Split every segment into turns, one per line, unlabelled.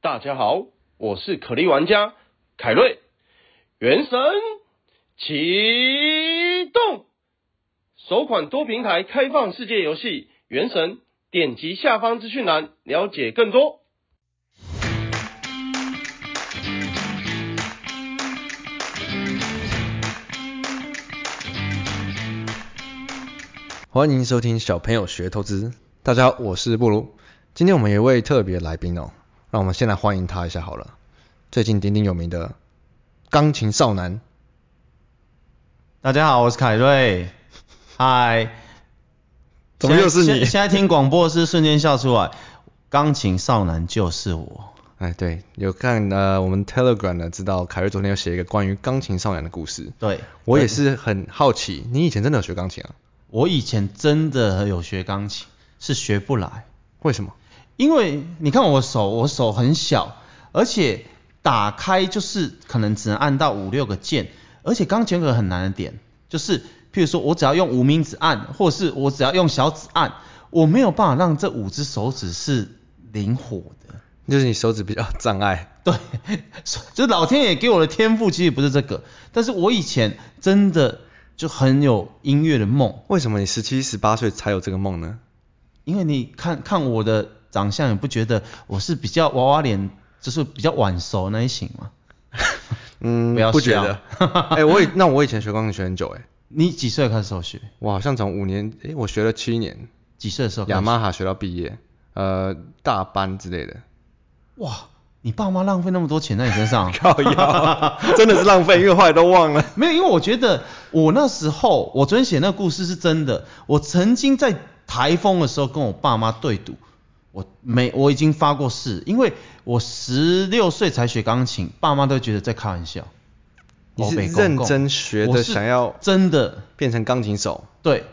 大家好，我是可莉玩家凯瑞。原神启动，首款多平台开放世界游戏《原神》，点击下方资讯栏了解更多。
欢迎收听小朋友学投资。大家好，我是布鲁。今天我们有一位特别来宾哦，让我们先来欢迎他一下好了。最近鼎鼎有名的钢琴少男，
大家好，我是凯瑞。嗨，
怎么又是
现在
你？
现在听广播是瞬间笑出来，钢琴少男就是我。
哎，对，有看呃我们 Telegram 呢，知道凯瑞昨天有写一个关于钢琴少男的故事。
对，
我也是很好奇，你以前真的有学钢琴啊？
我以前真的有学钢琴，是学不来，
为什么？
因为你看我手，我手很小，而且打开就是可能只能按到五六个键，而且钢琴有个很难的点，就是譬如说我只要用无名指按，或者是我只要用小指按，我没有办法让这五只手指是灵活的。
就是你手指比较有障碍。
对，所以就老天爷给我的天赋其实不是这个，但是我以前真的就很有音乐的梦，
为什么你十七、十八岁才有这个梦呢？
因为你看看我的长相，你不觉得我是比较娃娃脸，就是比较晚熟那一型吗？
嗯，
不要
觉
笑
得。哎、我也那我以前学钢琴学很久哎、
你几岁开始手学？
我好像从五年，诶、我学了七年，
几岁的时候开始？
雅马哈学到毕业，呃，大班之类的，，
哇，你爸妈浪费那么多钱在你身上啊
靠腰， 真的是浪费，因为后来都忘了。
没有，因为我觉得我那时候，我昨天写那个故事是真的。我曾经在台风的时候跟我爸妈对赌，我没我已经发过誓，因为我十六岁才学钢琴，爸妈都觉得在开玩笑。
你是
欧北公
认
公
真学的
我是
想要
真的
变成钢琴手，
对，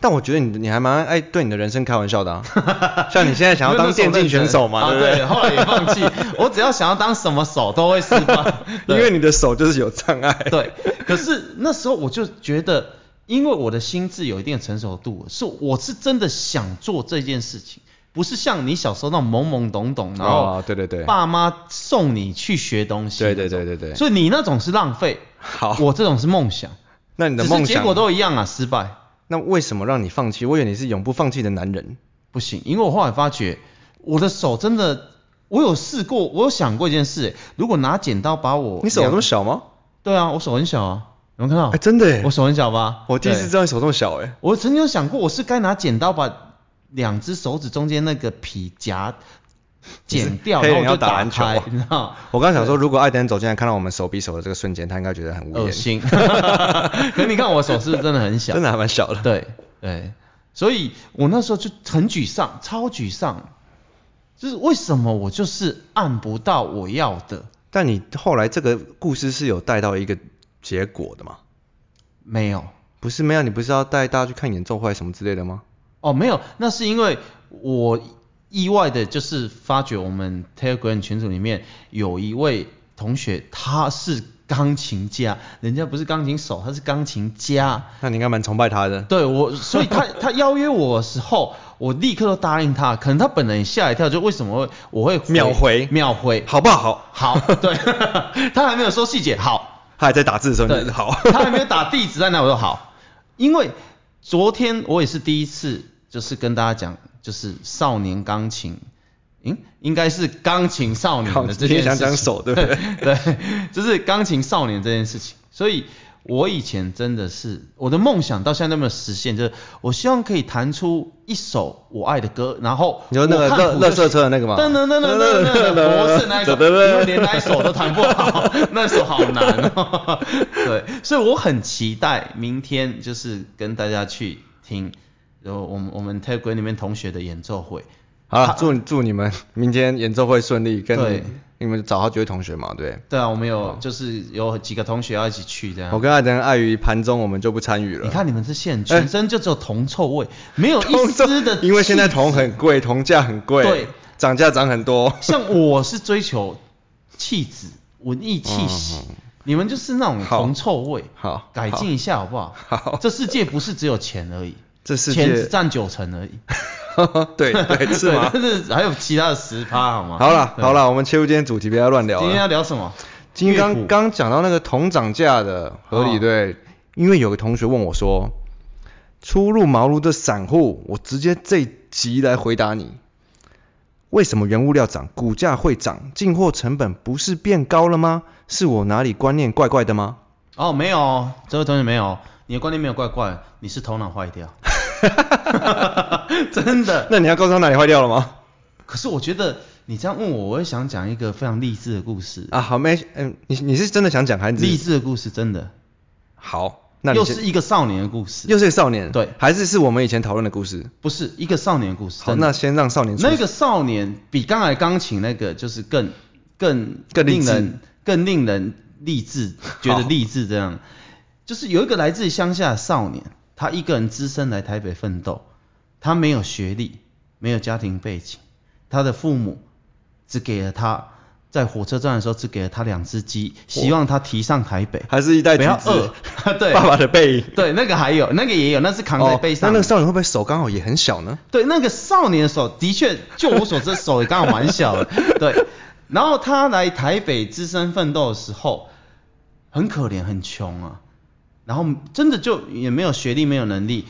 但我觉得你你还蛮爱对你的人生开玩笑的、啊， 像你现在想要当电竞选手嘛，
啊
对不，
对？后来也放弃，我只要想要当什么手都会失败
因为
你
你的手就是有障碍。
对。可是那时候我就觉得，因为我的心智有一定的成熟度，是我是真的想做这件事情，不是像你小时候那种懵懵懂懂，然后
哦，对对对，
爸妈送你去学东西那
对
种。
对对对对。
所以你那种是浪费，
好，
我这种是梦想。
那你的
只
梦
是
想
结果都一样啊，失败
那为什么让你放弃？我以为你是永不放弃的男人。
不行，因为我后来发觉我的手真的，我有试过，我有想过一件事，欸如果拿剪刀把我，
你手那么？小吗？
对啊，我手很小啊，有没有看
哎、
到？
真的耶
我手很小吧？
我第一次
对
知道你手这么小哎、
我曾经有想过，我是该拿剪刀把两只手指中间那个皮夹剪掉，
你是黑
然后我
人要
就
打
打
篮球
开
啊，
你知道？
我刚想说，如果艾登走进来看到我们手比手的这个瞬间，他应该觉得很无
恶
言，
哦心。 可你看我手是不是真的很小？
真的还蛮小的。
对对，所以我那时候就很沮丧，超沮丧，就是为什么我就是按不到我要的？
但你后来这个故事是有带到一个结果的吗？
没有，
不是没有，你不是要带大家去看演奏会什么之类的吗？
哦，没有，那是因为我意外的就是发觉我们 Telegram 群组里面有一位同学，他是钢琴家，人家不是钢琴手，他是钢琴家。
那你应该蛮崇拜他的。
对我，所以他他邀约我的时候，我立刻都答应他。可能他本人也吓一跳，就为什么会我会
秒回
秒回，
好不好？
好，对， 他还没有说细节，好，
他还在打字的时候，你
对
就是，好。
他还没有打地址在哪，我说好，因为昨天我也是第一次，就是跟大家讲，就是少年钢琴，嗯，应该是钢琴少年的这件事情，
你也想讲手对不对？
对，就是钢琴少年这件事情，所以。我以前真的是我的梦想到现在都没有实现，就是我希望可以弹出一首我爱的歌，然后
你说那个
我看谱
乐
就
乐色车的那个吗
噔噔噔噔噔噔 噔，不是那一首，因为连那一首都弹不好， 那首好难哦。 对，所以我很期待明天就是跟大家去听，然后我们我们 t e g 里面同学的演奏会。
好了，祝祝你们明天演奏会顺利，跟你
对
你们找好几位同学嘛，对。
对啊，我们有就是有几个同学要一起去这样
我。跟艾登碍于盘中，我们就不参与了。
你看你们这些人全身就只有铜臭味，没 有 一丝的气质，
因为现在铜很贵，铜价很贵，
对，
涨价涨很多。
像我是追求气质、文艺气息，你们就是那种
好
铜臭味。
好，
改进一下好不好？
好
这世界不是只有钱而已，
这世
钱只
界
占九成而已。
对对是吗？
但是还有其他的十趴好 吗？
好了好了，我们切入今天主题，不要乱聊啊
今天要
了。
聊什么？
今天
乐谱
刚刚讲到那个铜涨价的合理
哦
对，因为有个同学问我说，初入茅庐的散户，我直接这一集来回答你，为什么原物料涨，股价会涨，进货成本不是变高了吗？是我哪里观念怪怪的吗？
哦，没有哦，这位同学没有，你的观念没有怪怪，你是头脑坏 掉。真的。
那你要告诉他哪里坏掉了吗？
可是我觉得你这样问我，我会想讲一个非常励志的故事。
啊，好没，嗯，你你是真的想讲还是？
励志的故事，真的。
好，那你
又
先
是一个少年的故事，
又是一个少年，
对
还是是我们以前讨论的故事。
不是一个少年的故事。
好，
真的
那先让少年出
那个少年比刚才钢琴那个就是更更
更励
令
志
人更令人励志，觉得
好
励志这样。就是有一个来自于乡下的少年，他一个人只身来台北奋斗，他没有学历，没有家庭背景，他的父母只给了他在火车站的时候只给了他两只鸡，希望他提上台北，
还是一袋
不
橘
要
子
饿，。 对，
爸爸的背影。
对，那个还有，那个也有，那是扛在背上
哦
的。
那那个少年会不会手刚好也很小呢？
对，那个少年的手的确，就我所知，手也刚好蛮小 的。对，然后他来台北自身奋斗的时候，很可怜，很穷啊。然后真的就也没有学历，没有能力，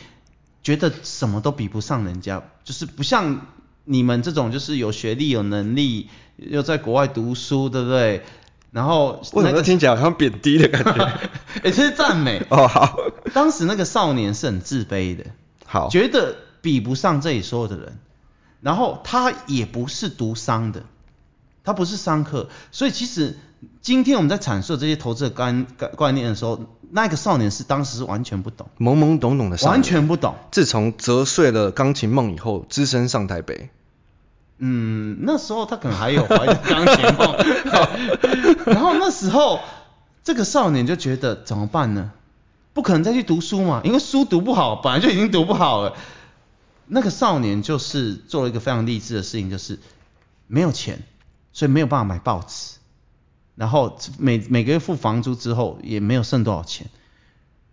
觉得什么都比不上人家，就是不像你们这种，就是有学历、有能力，又在国外读书，对不对？然后
为什
那
么
个，
听起来好像贬低的感 觉？
哎、这是赞美。
哦，好，
当时那个少年是很自卑的，
好，
觉得比不上这里所有的人，然后他也不是读商的，他不是商科，所以其实今天我们在阐述这些投资的观观观念的时候，那个少年是当时是完全不懂，
懵懵懂懂的少年。
完。全不懂。
自从折碎了钢琴梦以后，只身上台北。
嗯，那时候他可能还有怀着钢琴梦，然后那时候这个少年就觉得怎么办呢？不可能再去读书嘛，因为书读不好，本来就已经读不好了。那个少年就是做了一个非常励志的事情，就是没有钱，所以没有办法买报纸，然后每每个月付房租之后也没有剩多少钱，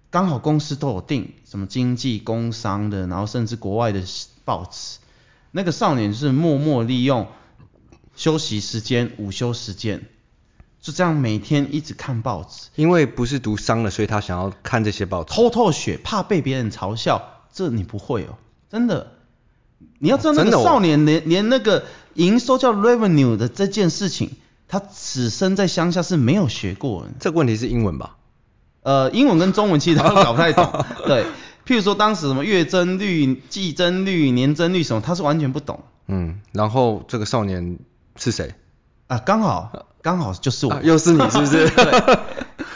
刚好公司都有订什么经济、工商的，然后甚至国外的报纸。那个少年就是默默利用休息时间、午休时间，就这样每天一直看报纸，
因为不是读商的，所以他想要看这些报纸。
偷偷学，怕被别人嘲笑。这你不会哦，真的。你要知道，那
真
个
的哦
少年连、连那个营收叫 revenue 的这件事情，他此生在乡下是没有学过的。
这个问题是英文吧？
呃，英文跟中文其实他都搞不 太懂。对，譬如说当时什么月增率、季增率、年增率什么，他是完全不懂
嗯，然后这个少年是谁？
啊。刚好刚好就是我，
啊又是你是不 是？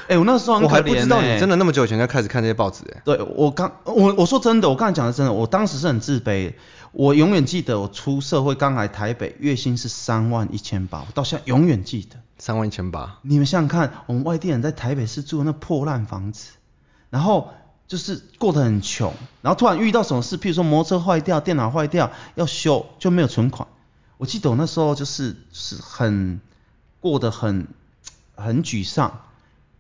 哎、我那时候很
我
可
还
怜、欸、
不知道你真的。那么久以前就开始看这些报纸、欸，
对我刚我我说真的，我刚才讲的真的，我当时是很自卑的。我永远记得我出社会刚来台北，月薪是三万一千八，我到现在永远记得。
三万一千八，
你们想想看，我们外地人在台北市住的那破烂房子，然后就是过得很穷，然后突然遇到什么事，譬如说摩托车坏掉、电脑坏掉要修，就没有存款。我记得我那时候就是是很过得很很沮丧，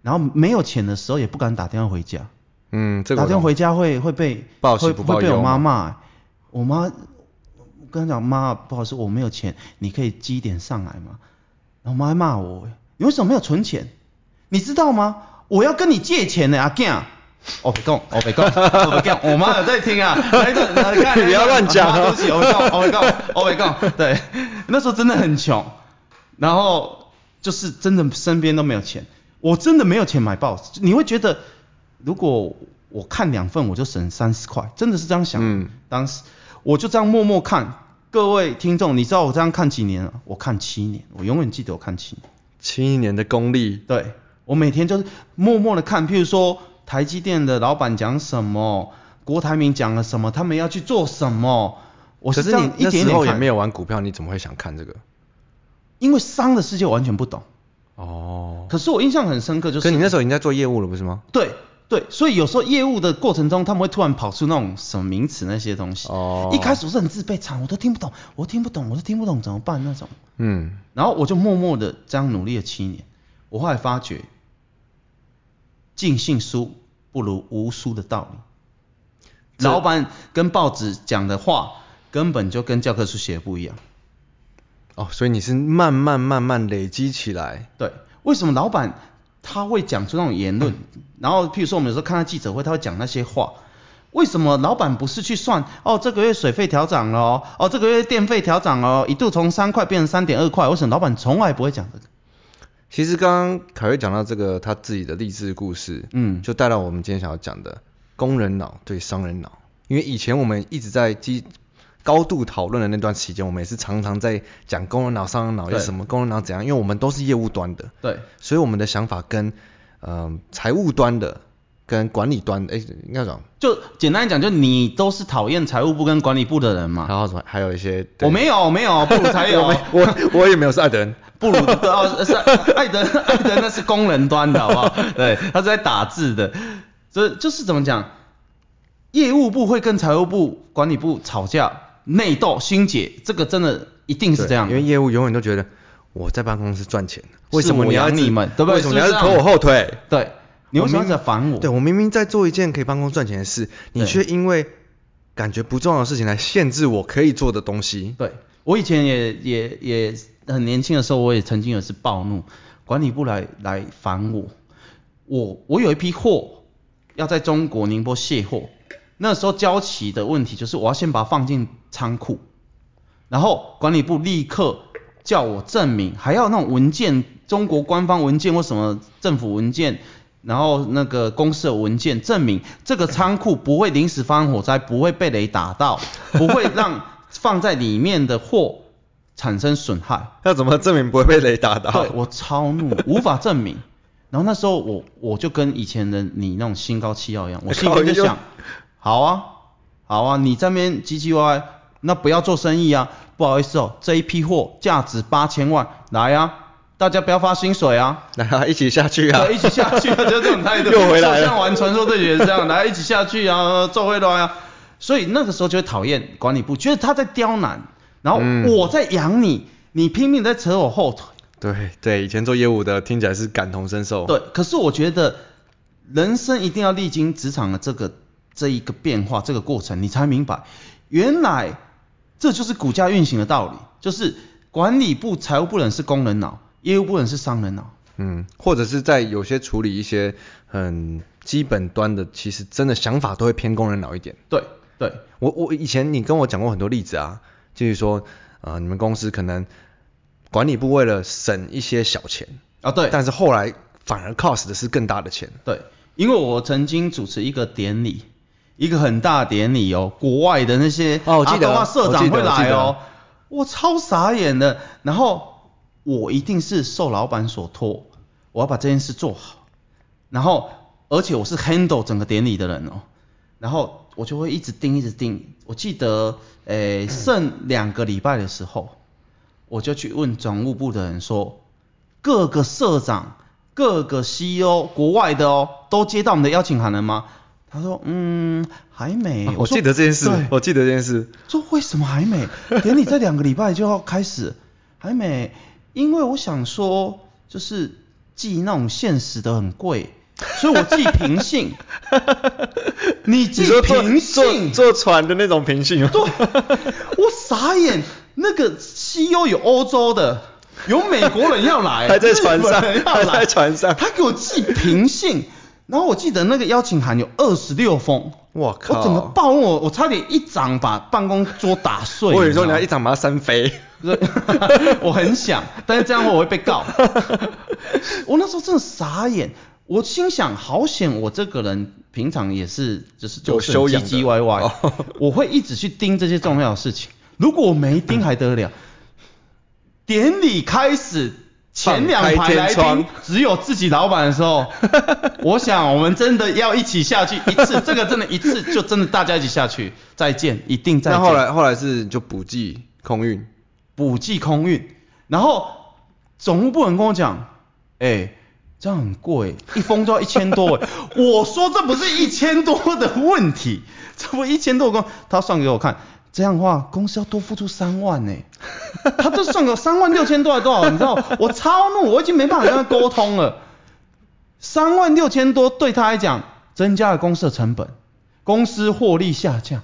然后没有钱的时候也不敢打电话回家，
嗯，这个
打
我
电话
懂
回家会会被
报喜
会
不报
会被
忧
我妈
嘛
骂欸、我妈我跟她讲妈不好意思我没有钱，你可以积一点上来嘛。然后我妈还骂我欸，你为什么没有存钱？你知道吗？我要跟你借钱呢、阿健。我别讲，我别讲，我 别讲，我妈有在听啊。来这来看，
你不要乱讲哦
啊对不起，我别讲，我别讲，我别讲。对，那时候真的很穷，然后就是真的身边都没有钱，我真的没有钱买报纸。你会觉得，如果我看两份，我就省三十块，真的是这样想。
嗯
当时我就这样默默看。各位听众，你知道我这样看几年了？我看七年，我永远记得我看七年。
七一年的功力，
对，我每天就是默默的看，譬如说台积电的老板讲什么，郭台铭讲了什么，他们要去做什么，我
可
是
是
这样
你
一点
那
一
时
点
候也
看。
没有玩股票，你怎么会想看这个？
因为商的世界我完全不懂。
哦，
可是我印象很深刻，就
可
是
是你那时候已经在做业务了，不是吗？
对对，所以有时候业务的过程中，他们会突然跑出那种什么名词那些东西。
哦
一开始我是很自卑，惨，我都听不懂，我都听不懂，我都听不懂，怎么办那种。
嗯，
然后我就默默的这样努力了七年，我后来发觉，尽信书不如无书的道理。
这
老板跟报纸讲的话，根本就跟教科书写的不一样。
哦，所以你是慢慢慢慢累积起来，
对，为什么老板他会讲出那种言论？然后，譬如说我们有时候看到记者会，他会讲那些话。为什么老板不是去算哦？这个月水费调涨了哦，哦，这个月电费调涨了哦，一度从三块变成三点二块。为什么老板从来不会讲这个？
其实刚刚凯瑞讲到这个他自己的励志故事，
嗯
就带到我们今天想要讲的工人脑对商人脑。因为以前我们一直在基高度讨论的那段期间，我们也是常常在讲工人脑、商人脑
对
有什么工人脑怎样，因为我们都是业务端的，
对，
所以我们的想法跟嗯财务端的跟管理端的，哎，应该讲，
就简单讲，就你都是讨厌财务部跟管理部的人嘛。
然后什么还有一些，对
啊我没有，我没有，布鲁才有，
我没我我也没有是艾德恩，
布鲁的哦，是艾德艾德那是工人端的好不 好？对，他是在打字的，这就是怎么讲，业务部会跟财务部、管理部吵架、内斗、心结，这个真的一定是
对
这样
因
的
为。业务永远都觉得我在办公室赚钱，为
是
什么
我
你要
养
一直
你们对不对
为什么你要
是
一
不
直拖
是这
我
样
后腿？
对，你为什么要一直烦我？
对我明明在做一件可以帮公赚钱的事，你
对
却因为感觉不重要的事情来限制我可以做的东西。
对，我以前也也也很年轻的时候，我也曾经有一次暴怒，管理部来来烦我，我我有一批货要在中国宁波卸货，那时候交期的问题就是我要先把它放进仓库，然后管理部立刻叫我证明，还要那种文件，中国官方文件或什么政府文件。然后那个公司的文件证明这个仓库不会临时发生火灾，不会被雷打到，不会让放在里面的货产生损害。
要怎么证明不会被雷打到
对？我超怒，无法证明。然后那时候我我就跟以前的你那种心高气傲一样，我心里面就想，好啊，好啊，你这边唧唧歪歪，那不要做生意啊。不好意思哦，这一批货价值八千万，来啊，大家不要发薪水啊，
来啊，一起下去啊
对，！一起下去啊，就这种态度。
又回来了
就像玩传说对决这样，来一起下去啊，做回来啊。所以那个时候就会讨厌管理部，觉得他在刁难，然
嗯
后我在养你，你拼命在扯我后腿。
对对，以前做业务的听起来是感同身受。，
对，可是我觉得人生一定要历经职场的这个这一个变化这个过程，你才明白，原来这就是股价运行的道理，就是管理部、财务部人是工人脑，业务部人是商人脑。
嗯，或者是在有些处理一些很基本端的，其实真的想法都会偏工人脑一点。
对对
我我以前你跟我讲过很多例子啊，就是说，呃，你们公司可能管理部为了省一些小钱，
啊，对。
但是后来反而 cost 的是更大的钱。
对，因为我曾经主持一个典礼，一个很大的典礼哦，国外的那些
哦我记得
阿公啊社
我
长
记得
会来哦
我，
我超傻眼的。然后我一定是受老板所托，我要把这件事做好。然后而且我是 handle 整个典礼的人哦，然后我就会一直盯一直盯。我记得诶、剩两个礼拜的时候，我就去问总务部的人说，各个社长、各个 CEO，国外的哦，都接到我们的邀请函了吗？他说，嗯，还没。
啊
我
我
说
记得这件事
对，
我记得这件事。
说为什么还没？典礼在两个礼拜就要开始，还没？因为我想说，就是寄那种现实的很贵，所以我寄平 信。你寄平信，
坐船的那种平信吗？
我傻眼。那个西欧有欧洲的，有美国人要 来，
还在船上
日本人要来
还在船上
他给我寄平信。然后我记得那个邀请函有二十六封，
我靠！
我整个暴怒，我我差点一掌把办公桌打碎。
我以为
知
说
道吗
你要一掌把它扇飞。
对， 我很想，但是这样我会 被告。我那时候真的傻眼，我心想，好险，我这个人平常也是就是做事
有修养
很唧
的
唧歪歪
哦，
我会一直去盯这些重要的事情。如果我没盯还得了？典礼开始前两
放
排
开天
来
窗
宾只有自己老板的 时候，我想我们真的要一起下去一次，这个真的一次就真的大家一起下去，再见，一定再
那
见。
后来后来是就补寄空运，
补寄空运，然后总务部门跟我讲，哎、这样很贵，一封都要一千多哎，我说这不是一千多的问题，这不一千多公，他算给我看，这样的话公司要多付出三万呢，他就算给我三万六千多还多少，你知道我超怒，我已经没办法跟他沟通了。三万六千多对他来讲增加了公司的成本，公司获利下降，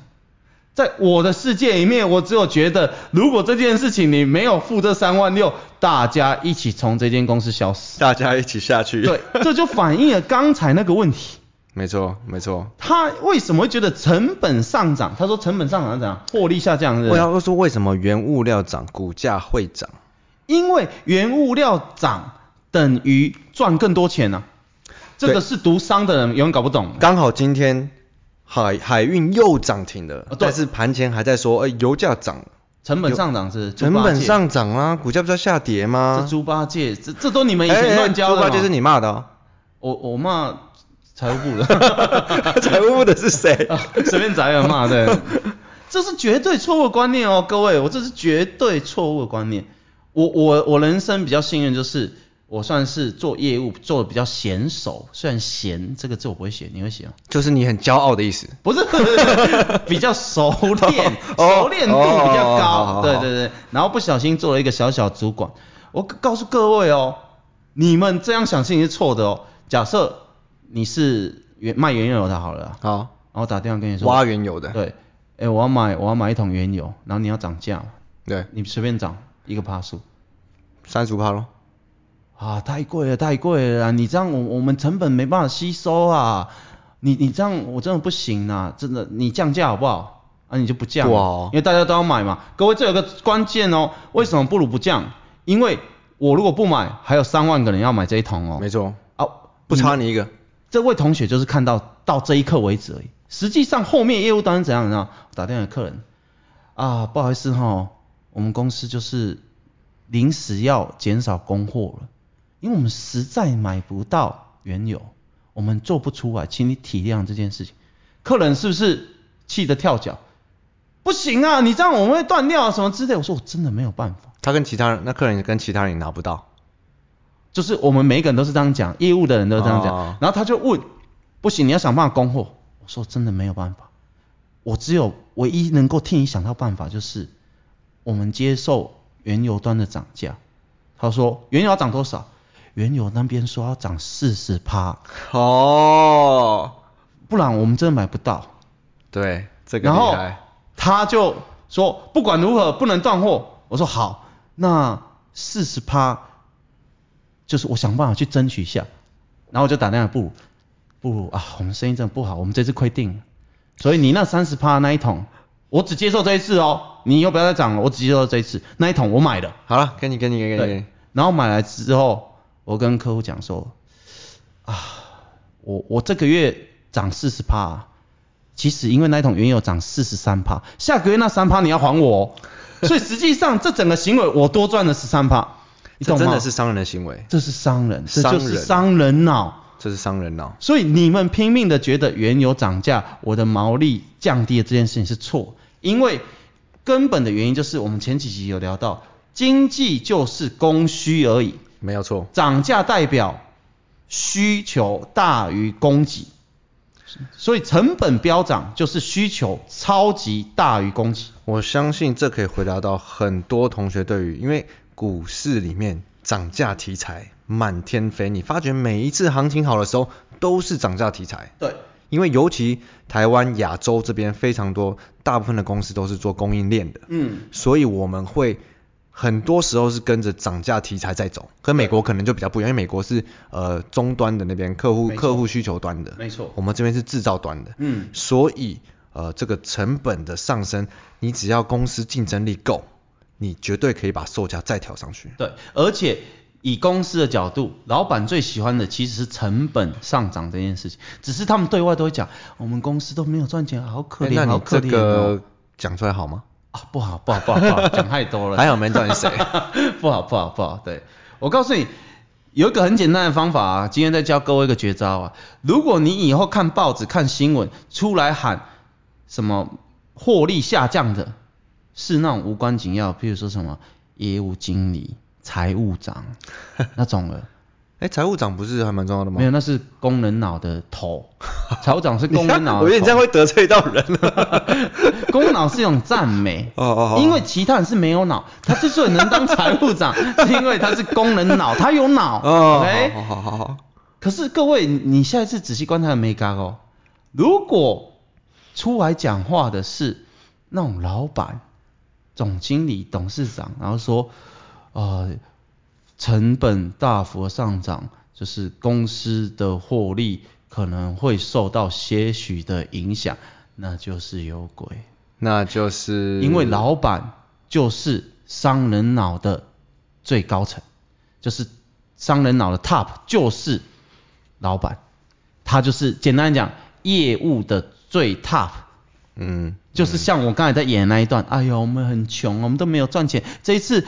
在我的世界里面，我只有觉得，如果这件事情你没有付这三万六，大家一起从这间公司消失。
大家一起下去。
对， 这就反映了刚才那个问题。
没错，没错。
他为什么会觉得成本上涨？他说成本上涨是怎样？获利下降是不
我
是？
要说为什么原物料涨，股价会涨？
因为原物料涨等于赚更多钱呢、啊这个
对
是读商的人永远搞不懂。
刚好今天海海运又涨停了
啊，对
但是盘前还在说，哎、油价涨了，
成本上涨是猪八戒
成本，上涨啊，股价不是要下跌
这
吗？
猪八戒，这这都你们以
哎
前
哎
乱教
猪
的
八
嘛。
戒是你骂的、 哦，
我我骂财务部的，
财务部的是谁？
随便找一个骂对， 这是绝对错误的观念哦，各位，我这是绝对错误的观念。我我我人生比较幸运，就是我算是做业务做的比较娴熟，虽然娴这个字我不会写，你会写吗？
就是你很骄傲的意思。
不是， 比较熟练，
哦
熟练度比较
哦好好
高。
好
对对对，然后不小心做了一个小小主管。我告诉各位哦，你们这样想事情是错的哦。假设你是原卖原油的好了啊，
好，
然后打电话跟你说，
挖原油的，
对，哎，我要买我要买一桶原油，然后你要涨价，
对，
你随便涨一个趴数。
三十五趴咯。
啊，太贵了，太贵了啦！你这样我我们成本没办法吸收啊！你你这样我真的不行啊！真的，你降价好不好？啊，你就不降了，
哇哦
因为大家都要买嘛。各位，这有个关键哦，为什么不如不降？因为我如果不买，还有三万个人要买这一桶哦。
没错，
啊，
不差你一个。
这位同学就是看到到这一刻为止而已。实际上后面业务单是怎样呢？打电话给客人啊，不好意思哈、我们公司就是临时要减少供货了，因为我们实在买不到原油，我们做不出来，请你体谅这件事情。客人是不是气得跳脚？不行啊，你这样我们会断掉啊什么之类。我说我真的没有办法。
他跟其他人，那客人跟其他人也拿不到。
就是我们每一个人都是这样讲，业务的人都是这样讲。
哦
然后他就问，不行，你要想办法供货。我说真的没有办法，我只有唯一能够替你想到办法就是，我们接受原油端的涨价。他说原油要涨多少？原油那边说要涨四十趴，
哦，
不然我们真的买不到。
对，这个
然
厉
后
害。
他就说不管如何不能断货。我说好，那四十趴就是我想办法去争取一下。然后我就打电话给布鲁，布鲁啊，我们生意真的不好，我们这次亏定了。所以你那三十趴那一桶，我只接受这一次哦，你又不要再涨了，我只接受这一次那一桶我买的。
好了，给你，给你，给你，给
对
你。，
然后买来之后，我跟客户讲说，啊，我我这个月涨四十趴，啊其实因为那一桶原油涨四十三趴，下个月那三趴你要还 我、哦，所以实际上这整个行为我多赚了十三趴，你
这
懂吗？
真的是，商人的行为，
这是商人，这就
商
是
人
商人脑。
这是商人哦脑。
所以你们拼命的觉得原油涨价，我的毛利降低的这件事情是错，因为根本的原因就是我们前几集有聊到，经济就是供需而已，
没有错，
涨价代表需求大于供给，所以成本飙涨就是需求超级大于供给。
我相信这可以回答到很多同学对于，因为股市里面涨价题材满天飞，你发觉每一次行情好的时候都是涨价题材，
对，
因为尤其台湾、亚洲这边非常多，大部分的公司都是做供应链的，
嗯，
所以我们会很多时候是跟着涨价题材在走，跟美国可能就比较不一样，因为美国是呃终端的那边客户
没错
客户需求端的，
没错
我们这边是制造端的，
嗯
所以呃这个成本的上升，你只要公司竞争力够，你绝对可以把售价再调上去。
对，而且以公司的角度，老板最喜欢的其实是成本上涨这件事情，只是他们对外都会讲，我们公司都没有赚钱，好可
诶
怜，
哎那
好
你
可
这
怜哦。
个讲出来好吗？
啊，不好，不好，不好，不好，讲太多了。
还好没叫你 谁。
不好，不好，不好。对，我告诉你，有一个很简单的方法啊，今天再教各位一个绝招啊。如果你以后看报纸、看新闻，出来喊什么获利下降的，是那种无关紧要，譬如说什么业务经理、财 务长那种了。
哎，财务长不是还蛮重要的吗？
没有，那是工人脑的 头，财务长是工
你看
人 脑
我觉得
的
你这样
头。
会得罪到人了。
工人脑是一种赞美，
哦 哦哦
因为其他人是没有脑，他之所以能当财务长， 是因为他是工人脑，他有脑。哎
哦
OK，，
好好好好好。
可是各位，你你下一次仔细观察没嘎哦，如果出来讲话的是那种老板、总经理、董事长，然后说，呃，成本大幅地上涨，就是公司的获利可能会受到些许的影响，那就是有鬼。
那就是
因为老板就是商人脑的最高层，就是商人脑的 top 就是老板，他就是简单讲业务的最 top，
嗯，
就是像我刚才在演的那一段，哎呦，我们很穷，我们都没有赚钱，这一次。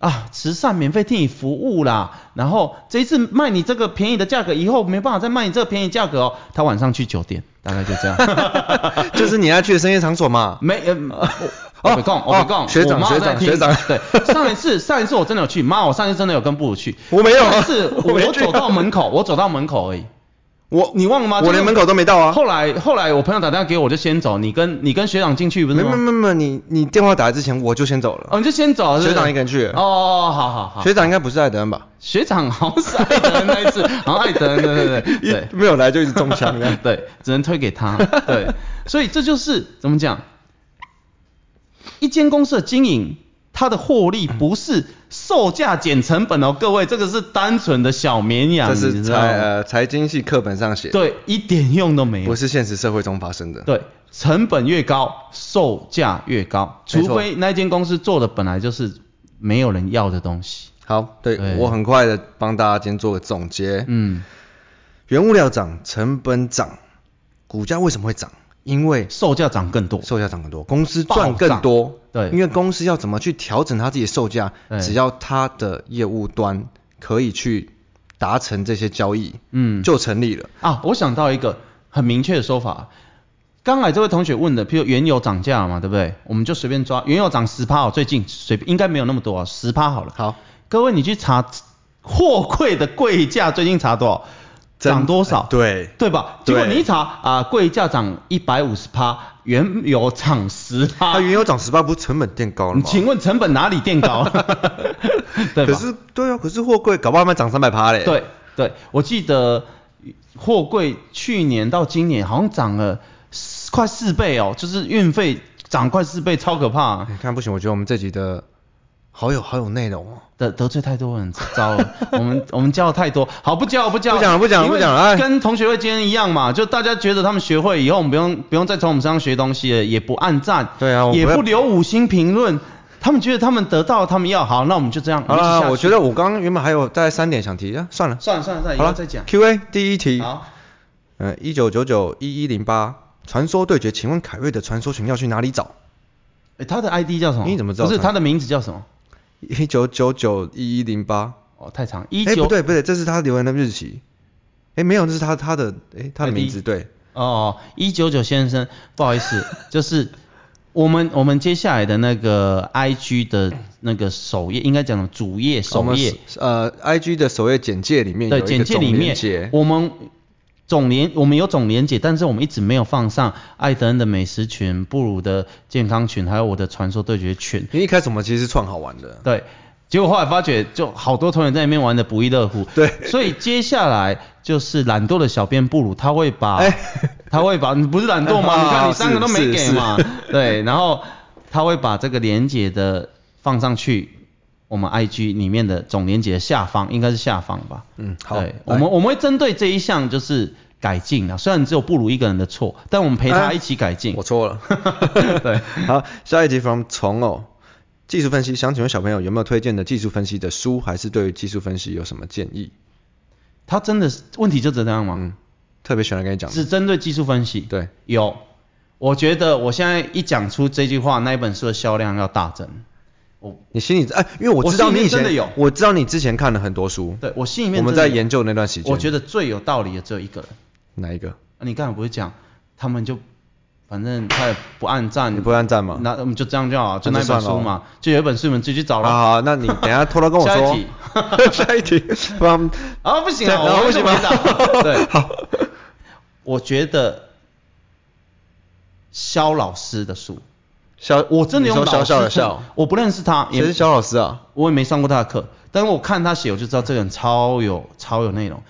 啊，慈善免费替你服务啦，然后这一次卖你这个便宜的价格，以后没办法再卖你这个便宜价格哦。他晚上去酒店，大概就这样。
就是你要去的深夜场所嘛。
没，呃，我哦没空，我没空，
学长
我妈
学
在
长
听
学长
对，上一次上一次我真的有去，妈，我上一次真的有跟布鲁 去，
我没有啊
上一次
我
我
没
我
去啊
走到门口，我走到门口而已，
我
你忘了吗？
我连门口都没到啊。
后来后来我朋友打电话给我，我就先走，你跟你跟学长进去不
没
是
没
吗？
没没，你你电话打来之前我就先走了。
哦，你就先走，是不是
学长一个人去
哦哦，哦好好好，
学长应该不是艾德恩吧？
学长 好像是艾德恩那一次，好像艾德恩，对对 对对。
一。没有来就一直中枪的
对，只能推给他。 对，所以这就是怎么讲，一间公司的经营，它的获利不是售价减成本哦，各位，这个是单纯的小绵羊，
嗯这
你
是
知道吗
财呃财经系课本上写，，
对，一点用都没有
不。是现实社会中发生的。
对，成本越高，售价越高，
没
除
错
非那间公司做的本来就是没有人要的东西。
好，对
对
我很快的帮大家今天做个总结。
嗯，
原物料涨，成本涨，股价为什么会涨？因为
售价涨更多。
售价涨很多，公司赚更多。
暴涨对
因为公司要怎么去调整它自己的售价，
对
只要它的业务端可以去达成这些交易，
嗯，
就成立了。
啊，我想到一个很明确的说法。刚才这位同学问的，譬如原油涨价了嘛，对不对？我们就随便抓，原油涨十趴哦，最近随便应该没有那么多啊，十趴好了。
好，
各位你去查货柜的柜价，最近查多少？
真
涨多少？
哎对，
对吧？结果
对
你一查啊，柜价涨一百五十趴，原油涨十趴
它，原油涨十八，不是成本变高了
啊你
吗？
请问成本哪里垫高？ 对吧？
可是对啊，可是货柜搞不好还涨三百趴嘞。
对对，我记得货柜去年到今年好像涨了四快四倍哦，就是运费涨快四倍，超可怕、
你看不行，我觉得我们这集的好有好有内容哦。
得得罪太多人，糟 了！我们我们教太多，好不教不教，
不讲了不讲了
因为
不讲了哎
跟同学会今天一样嘛，就大家觉得他们学会以后，我们不用不用再从我们身上学东西了，也不按赞，
对啊我
也
不要
不留五星评论，他们觉得他们得到了他们要好，那我们就这样。
好
们就
啦，
下
我
去
觉得我刚刚原本还有大概三点想提啊，算了，
算了算了算了，以
好
后
了，
再讲。
Q A 第一题，
好，
嗯，一九九九一一零八。传说对决，请问凯瑞的传说群要去哪里找？
诶哎他的 ID 叫什么？
你怎么知道
不是
他
他的名字叫什么？
一九九九一一零八，
哦，太长，一
哎，
九、
不对不对，这是他留言的日期。哎，没有，这是他他的哎他的
ID
名字对。
哦，一九九先生，不好意思，就是我们我们接下来的那个 I G 的那个首页，应该讲主页
我
首
们
页，
呃 I G 的首页简介里面有
对，
一个
简介里
总连
面
结
我们。总连我们有总连结，但是我们一直没有放上艾德恩的美食群、布鲁的健康群，还有我的传说对决群。
因为一开始我们其实是创好玩的，
对，结果后来发觉就好多同学在里面玩的不亦乐乎。
对
所以接下来就是懒惰的小编布鲁，他会把、
哎
他会把你不是懒惰 吗？
啊
你看你三个都没
是
给
是
嘛，对，然后他会把这个连接的放上去。我们 IG 里面的总连接的下方应该是下方吧？
嗯好
对
来，
我们我们会针对这一项就是改进啊，虽然只有布鲁一个人的错，但我们陪他
哎
一起改进
我。错 了。
对，
好，下一题 from 虫哦。技术分析，想请问小朋友有没有推荐的技术分析的书，还是对于技术分析有什么建议？
他真的是问题就这样吗？
嗯，特别喜欢跟你讲的。
只针对技术分析。
对，
有，我觉得我现在一讲出这句话，那一本书的销量要大增。我
你心里哎，因为我
我
知道
心里
你以前
真的有
我知道你之前看了很多书。
对我心里面
我们在
真的有
研究那段时间，
我觉得最有道理的只有一个人。
哪一个？
啊你刚才不是讲，他们就反正他也不按赞，
你不按赞吗
嗯那我们就这样就好了，就
那
那
就
一本
算
书
了
嘛，就有一本书你们自己去找
好
了。
好，好那你等一下偷偷跟我
下一
说
题。
下一 题 from
啊，不行
这
啊，
样
我
啊
不
不行
行回
吗
答。对，
好，
我觉得肖老师的书，
肖，
我真的
你
用
说
老
肖
师
笑的
看
笑，
我不认识他，也
谁是肖老师啊？
我也没上过他的课，但是我看他写，我就知道这个人超有超有内容。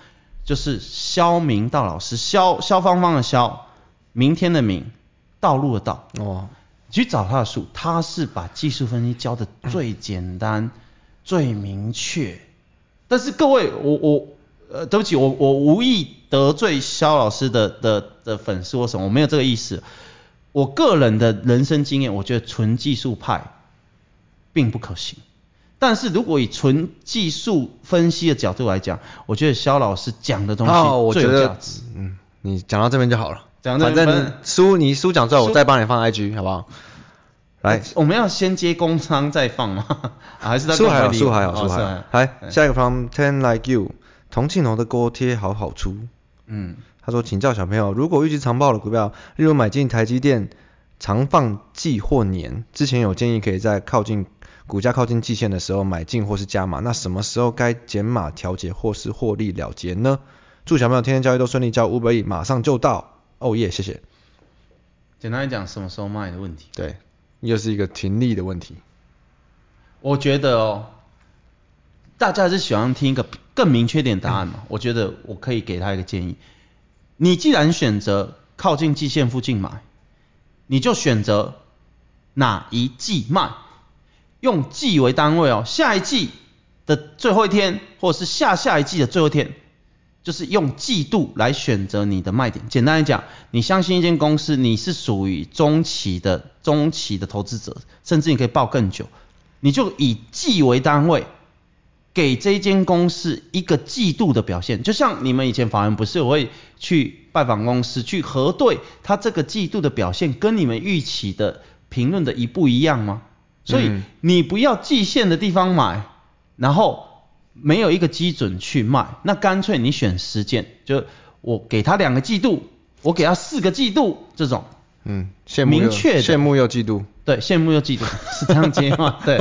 就是肖明道老师，肖肖芳芳的肖，明天的明，道路的道。
哦，
去找他的书，他是把技术分析教的最简
嗯
单、最明确。但是各位，我我呃，对不起，我我无意得罪肖老师的的的粉丝或什么，我没有这个意思。我个人的人生经验，我觉得纯技术派并不可行。但是如果以纯技术分析的角度来讲，我觉得肖老师讲的东
哦，
西
我
最
觉
有价
得
值。，
嗯，你讲到这边就好了。
讲到这
反
边
正
反
书你书讲出来，我
书
再帮你放 IG 好不好？来，
我们要先接工商再放吗？ 啊还是他
书还
有
好，书还好，
有
书还
有
好。
哎
来，下一个 from Ten Like You，同庆楼的锅贴好好出。
嗯，
他说，请教小朋友，如果预期长报的股票，例如买进台积电长放季或年，之前有建议可以在靠近股价靠近季线的时候买进或是加码，那什么时候该减码调节或是获利了结呢？祝小朋友天天交易都顺利，交五百亿马上就到。哦耶，谢谢。
简单来讲，什么时候卖的问题，
对，又是一个停利的问题。
我觉得哦，大家还是喜欢听一个更明确点答案嘛。我觉得我可以给他一个建议，你既然选择靠近季线附近买，你就选择哪一季卖，用季为单位哦，下一季的最后一天，或者是下下一季的最后一天，就是用季度来选择你的卖点。简单来讲，你相信一间公司，你是属于中期的中期的投资者，甚至你可以报更久，你就以季为单位。给这间公司一个季度的表现，就像你们以前法人不是我会去拜访公司去核对它这个季度的表现跟你们预期的评论的一不一样吗？所以
嗯
你不要季线的地方买，然后没有一个基准去卖，那干脆你选时间，就我给他两个季度，我给他四个季度这种，
嗯，羡慕又
明确的
羡慕又嫉妒，
对，羡慕又嫉妒是这样接吗？对，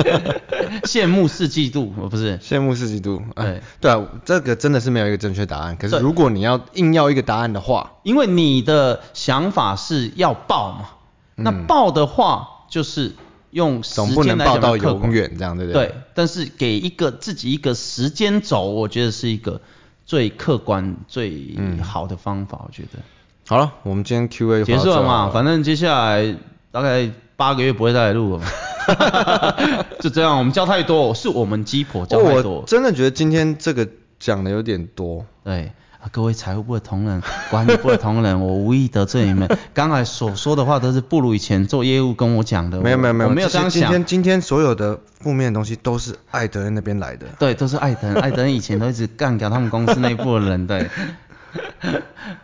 羡慕是嫉妒，我不是，
羡慕是嫉妒。哎对
对，
啊，这个真的是没有一个正确答案。可是
对
如果你要硬要一个答案的话，
因为你的想法是要报嘛，那
嗯
报的话就是用时
总不
间
能
来讲
报到
的刻
永
苦
远这样，对不对？
对，但是给一个自己一个时间轴，我觉得是一个最客观、最
嗯
好的方法。我觉得
好了，我们今天 Q&A 就
结
跑到
束
这
了嘛，
好
反正接下来大概八个月不会再来录了嘛， 就这样。我们教太多，是我们鸡婆教太多
我。真的觉得今天这个讲的有点多，
对啊，各位财务部的同仁、管理部的同仁， 我无意得罪你们，刚才所说的话都是不如以前做业务跟我讲的。
没有
我
没有没有，
我没有
这
这
些今
样
天
想。
今天所有的负面的东西都是艾德恩那边来的。
对，都是艾德恩，艾德恩以前都一直干掉他们公司内部的人，对。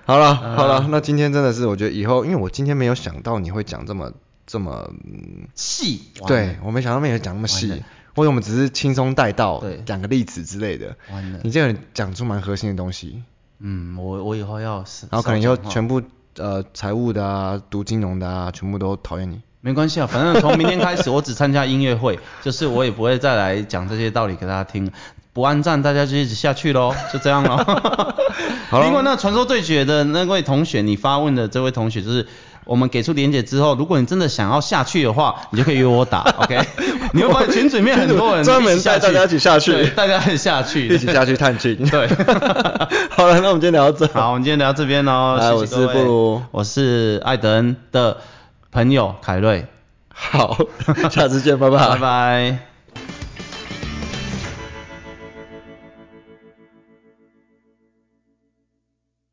好了好了，那今天真的是我觉得以后，因为我今天没有想到你会讲这么这么，嗯
细，
对我没想到你会讲那么
完
细
了，
或者我们只是轻松带到
对，
讲个例子之类的。
完了，
你这个人讲出蛮核心的东西，
嗯，我我以后要是，
然后可能以后
少讲话
全部呃财务的啊、读金融的啊，全部都讨 厌你。
没关系啊，反正从明天开始我只参加音乐会， 就是我也不会再来讲这些道理给大家听。不按赞，大家就一直下去喽，就这样喽。
好咯
另外，那传说对决的那位同学，你发问的这位同学，就是我们给出连结之后，如果你真的想要下去的话，你就可以约我打 ，OK？你会发现群组里面很多人
专门
一起下去
带大家一起下去
对大家一起下去，
一起下去探亲。
对。
好了，那我们今天聊到这。
好，我们今天聊到这边喽。
哎
谢谢各
我是
位
布鲁
我是艾德恩的朋友凯瑞，
好，下次见，拜拜。
拜拜。